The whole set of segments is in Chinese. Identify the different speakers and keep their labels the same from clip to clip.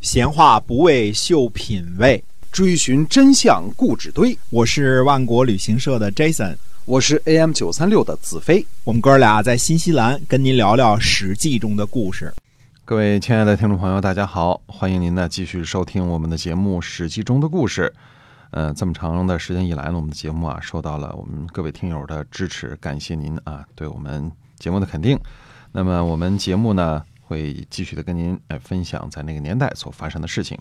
Speaker 1: 闲话不为秀品味，
Speaker 2: 追寻真相故纸堆。
Speaker 1: 我是万国旅行社的 Jason，
Speaker 2: 我是 AM 九三六的子飞。
Speaker 1: 我们哥俩在新西兰跟您聊聊《史记》中的故事。
Speaker 2: 各位亲爱的听众朋友，大家好，欢迎您呢继续收听我们的节目《史记》中的故事。呃，这么长的时间以来呢，我们的节目啊受到了我们各位听友的支持，感谢您啊对我们节目的肯定。那么我们节目呢会继续的跟您呃分享在那个年代所发生的事情。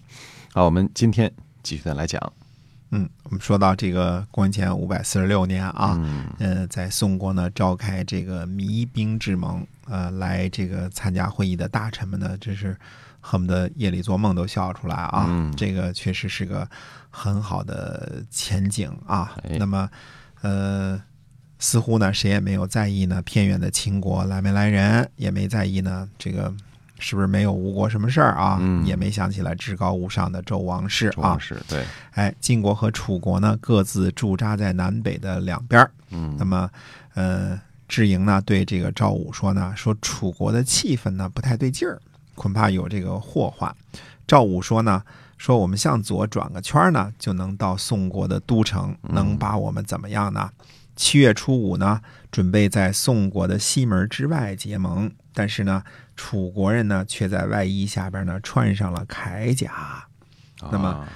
Speaker 2: 好，我们今天继续的来讲。
Speaker 1: 嗯，我们说到这个公元前五百四十六年啊，
Speaker 2: 嗯
Speaker 1: 呃，在宋国呢召开这个弭兵之盟，呃，来这个参加会议的大臣们呢，真是恨不得夜里做梦都笑出来啊！
Speaker 2: 嗯
Speaker 1: 这个确实是个很好的前景啊。
Speaker 2: 哎
Speaker 1: 那么，呃，似乎呢谁也没有在意呢偏远的秦国来没来人，也没在意呢这个。是不是没有吴国什么事儿啊？
Speaker 2: 嗯
Speaker 1: 也没想起来至高无上的纣王室
Speaker 2: 周
Speaker 1: 啊
Speaker 2: 王。室对，
Speaker 1: 哎，晋国和楚国呢，各自驻扎在南北的两边儿。
Speaker 2: 嗯
Speaker 1: 那么，呃，智莹呢对这个赵武说呢，说楚国的气氛呢不太对劲儿，恐怕有这个祸患。赵武说呢，说我们向左转个圈儿呢，就能到宋国的都城，能把我们怎么样呢？七月初五呢，准备在宋国的西门之外结盟，但是呢，楚国人呢却在外衣下边呢穿上了铠甲。那么
Speaker 2: 啊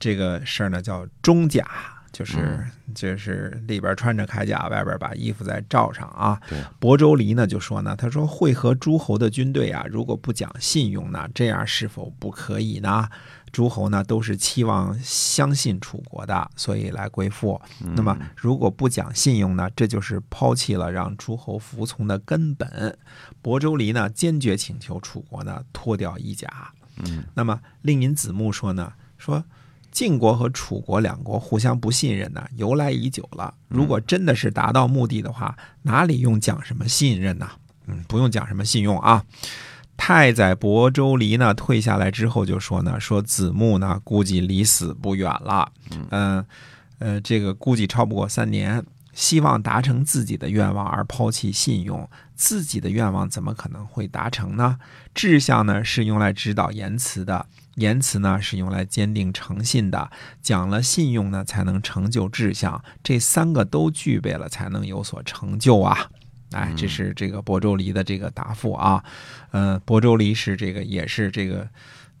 Speaker 1: 这个事儿呢叫中甲，就是
Speaker 2: 嗯
Speaker 1: 就是里边穿着铠甲，外边把衣服再罩上啊。
Speaker 2: 对
Speaker 1: 亳州离呢就说呢，他说会合诸侯的军队啊，如果不讲信用呢，这样是否不可以呢？诸侯呢都是期望相信楚国的，所以来归附。
Speaker 2: 嗯
Speaker 1: 那么如果不讲信用呢，这就是抛弃了让诸侯服从的根本。亳州离呢坚决请求楚国呢脱掉衣甲。
Speaker 2: 嗯
Speaker 1: 那么令尹子木说呢，说晋国和楚国两国互相不信任呢，由来已久了。如果真的是达到目的的话，哪里用讲什么信任呢？嗯，不用讲什么信用啊。太宰亳州离呢退下来之后就说呢，说子木呢估计离死不远了，嗯、呃，这个估计超不过三年。希望达成自己的愿望而抛弃信用，自己的愿望怎么可能会达成呢？志向呢是用来指导言辞的，言辞呢是用来坚定诚信的。讲了信用呢，才能成就志向，这三个都具备了，才能有所成就啊。哎，这是这个亳州离的这个答复啊。呃，亳州离是这个，也是这个，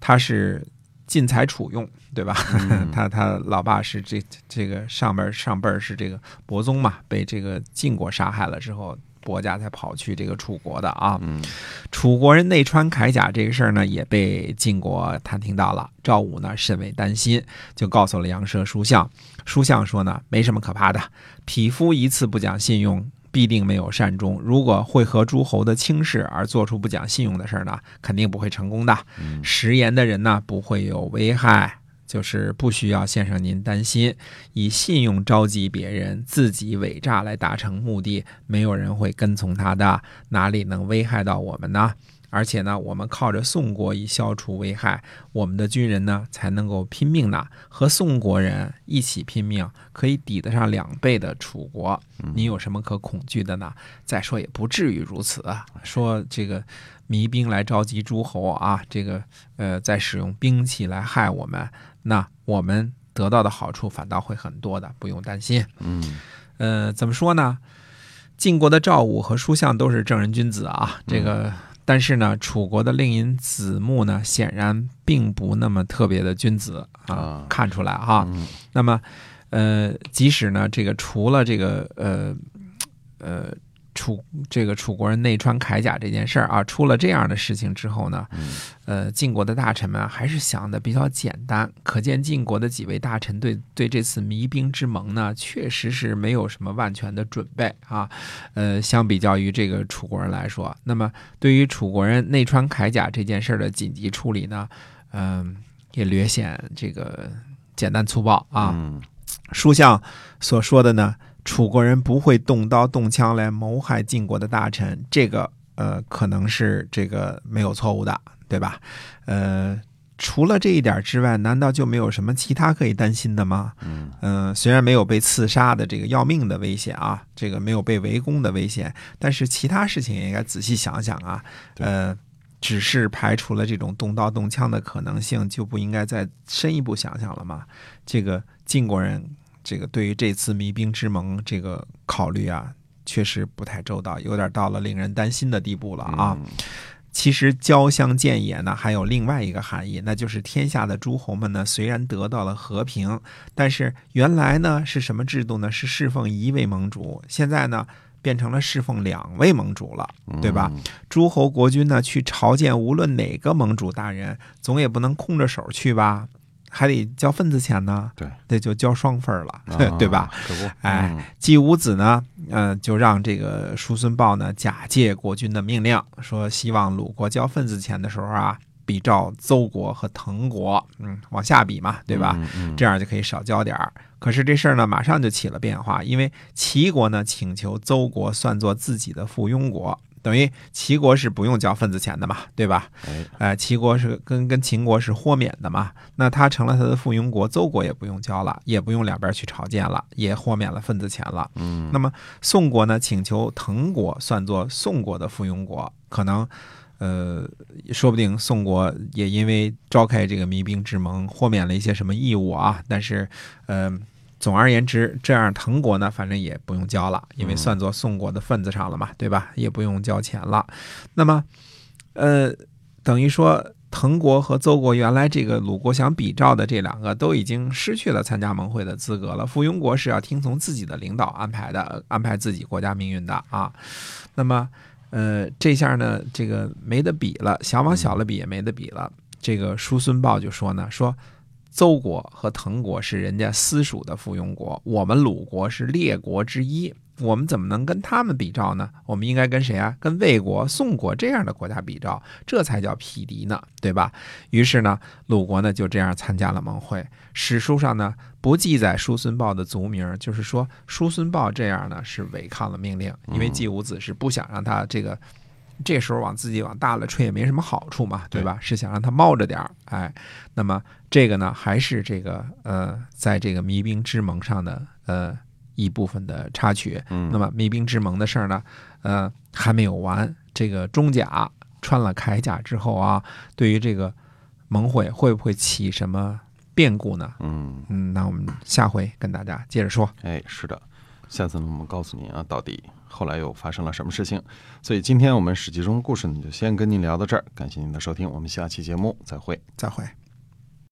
Speaker 1: 他是进财储用，对吧？ 他他老爸是这这个上边上辈儿是这个伯宗嘛，被这个晋国杀害了之后，伯家才跑去这个楚国的啊。
Speaker 2: 嗯
Speaker 1: 楚国人内穿铠甲这个事儿呢，也被晋国探听到了。赵武呢甚为担心，就告诉了杨奢书相。书相说呢，没什么可怕的，匹夫一次不讲信用，必定没有善终。如果会合诸侯的轻视而做出不讲信用的事儿呢，肯定不会成功的。
Speaker 2: 嗯
Speaker 1: 食言的人呢，不会有危害。就是不需要先生您担心，以信用召集别人，自己伪诈来达成目的，没有人会跟从他的，哪里能危害到我们呢？而且呢，我们靠着宋国以消除危害，我们的军人呢才能够拼命呢，和宋国人一起拼命，可以抵得上两倍的楚国。你有什么可恐惧的呢？再说也不至于如此啊。说这个弭兵来召集诸侯啊，这个呃，在使用兵器来害我们，那我们得到的好处反倒会很多的，不用担心。
Speaker 2: 嗯
Speaker 1: 呃，怎么说呢？晋国的赵武和叔向都是正人君子啊，这个。
Speaker 2: 嗯
Speaker 1: 但是呢，楚国的令尹子木呢，显然并不那么特别的君子啊，
Speaker 2: 啊
Speaker 1: 看出来哈、
Speaker 2: 嗯
Speaker 1: 那么，呃，即使呢，这个除了这个呃呃楚这个楚国人内穿铠甲这件事儿啊，出了这样的事情之后呢，呃，晋国的大臣们还是想的比较简单，可见晋国的几位大臣对对这次弭兵之盟呢，确实是没有什么万全的准备啊。呃，相比较于这个楚国人来说，那么对于楚国人内穿铠甲这件事儿的紧急处理呢，嗯、也略显这个简单粗暴啊。
Speaker 2: 嗯
Speaker 1: 书相所说的呢，楚国人不会动刀动枪来谋害晋国的大臣，这个呃可能是这个没有错误的，对吧？呃，除了这一点之外，难道就没有什么其他可以担心的吗？
Speaker 2: 嗯
Speaker 1: 嗯，虽然没有被刺杀的这个要命的危险啊，这个没有被围攻的危险，但是其他事情也应该仔细想想啊。
Speaker 2: 对
Speaker 1: 呃，只是排除了这种动刀动枪的可能性，就不应该再深一步想想了吗？这个晋国人，这个对于这次弭兵之盟这个考虑啊，确实不太周到，有点到了令人担心的地步了啊。
Speaker 2: 嗯
Speaker 1: 其实交相见也呢，还有另外一个含义，那就是天下的诸侯们呢，虽然得到了和平，但是原来呢是什么制度呢？是侍奉一位盟主，现在呢变成了侍奉两位盟主了，
Speaker 2: 嗯
Speaker 1: 对吧？诸侯国君呢去朝见，无论哪个盟主大人，总也不能空着手去吧，还得交份子钱呢，
Speaker 2: 对，
Speaker 1: 那就交双份儿了，
Speaker 2: 啊
Speaker 1: 对吧？？
Speaker 2: 可不，嗯
Speaker 1: 哎季武子呢，呃，就让这个叔孙豹呢假借国君的命令，说希望鲁国交份子钱的时候啊，比照邹国和滕国，嗯，往下比嘛，对吧？
Speaker 2: 嗯？嗯
Speaker 1: 这样就可以少交点儿。可是这事儿呢，马上就起了变化，因为齐国呢请求邹国算作自己的附庸国，等于齐国是不用交份子钱的嘛，对吧？
Speaker 2: 哎，
Speaker 1: 呃，齐国是跟跟秦国是豁免的嘛，那他成了他的附庸国，邹国也不用交了，也不用两边去吵架了，也豁免了份子钱了。
Speaker 2: 嗯，
Speaker 1: 那么宋国呢，请求滕国算作宋国的附庸国，可能，呃，说不定宋国也因为召开这个弭兵之盟，豁免了一些什么义务啊。但是，嗯、总而言之，这样滕国呢，反正也不用交了，因为算作宋国的份子上了嘛，对吧？也不用交钱了。那么，呃，等于说。滕国和邹国原来这个鲁国想比照的这两个都已经失去了参加盟会的资格了。附庸国是要听从自己的领导安排的，呃安排自己国家命运的啊。那么，呃，这下呢，这个没得比了，想往小了比也没得比了。这个叔孙豹就说呢，说邹国和滕国是人家私属的附庸国，我们鲁国是列国之一，我们怎么能跟他们比照呢？我们应该跟谁啊？跟魏国、宋国这样的国家比照，这才叫匹敌呢，对吧？于是呢，鲁国呢就这样参加了盟会。史书上呢不记载叔孙豹的族名，就是说叔孙豹这样呢是违抗了命令，因为
Speaker 2: 嗯
Speaker 1: 季武子是不想让他这个。这时候往自己往大了吹也没什么好处嘛，对吧？是想让他冒着点儿，哎，那么这个呢，还是这个呃，在这个弭兵之盟上的呃一部分的插曲。
Speaker 2: 嗯
Speaker 1: 那么弭兵之盟的事儿呢，呃，还没有完。这个中甲穿了铠甲之后啊，对于这个盟会会不会起什么变故呢？
Speaker 2: 嗯，
Speaker 1: 嗯，那我们下回跟大家接着说。
Speaker 2: 哎，是的，下次呢我们告诉您啊，到底后来又发生了什么事情。所以今天我们史记中的故事呢，就先跟您聊到这儿，感谢您的收听，我们下期节目再会。
Speaker 1: 再会。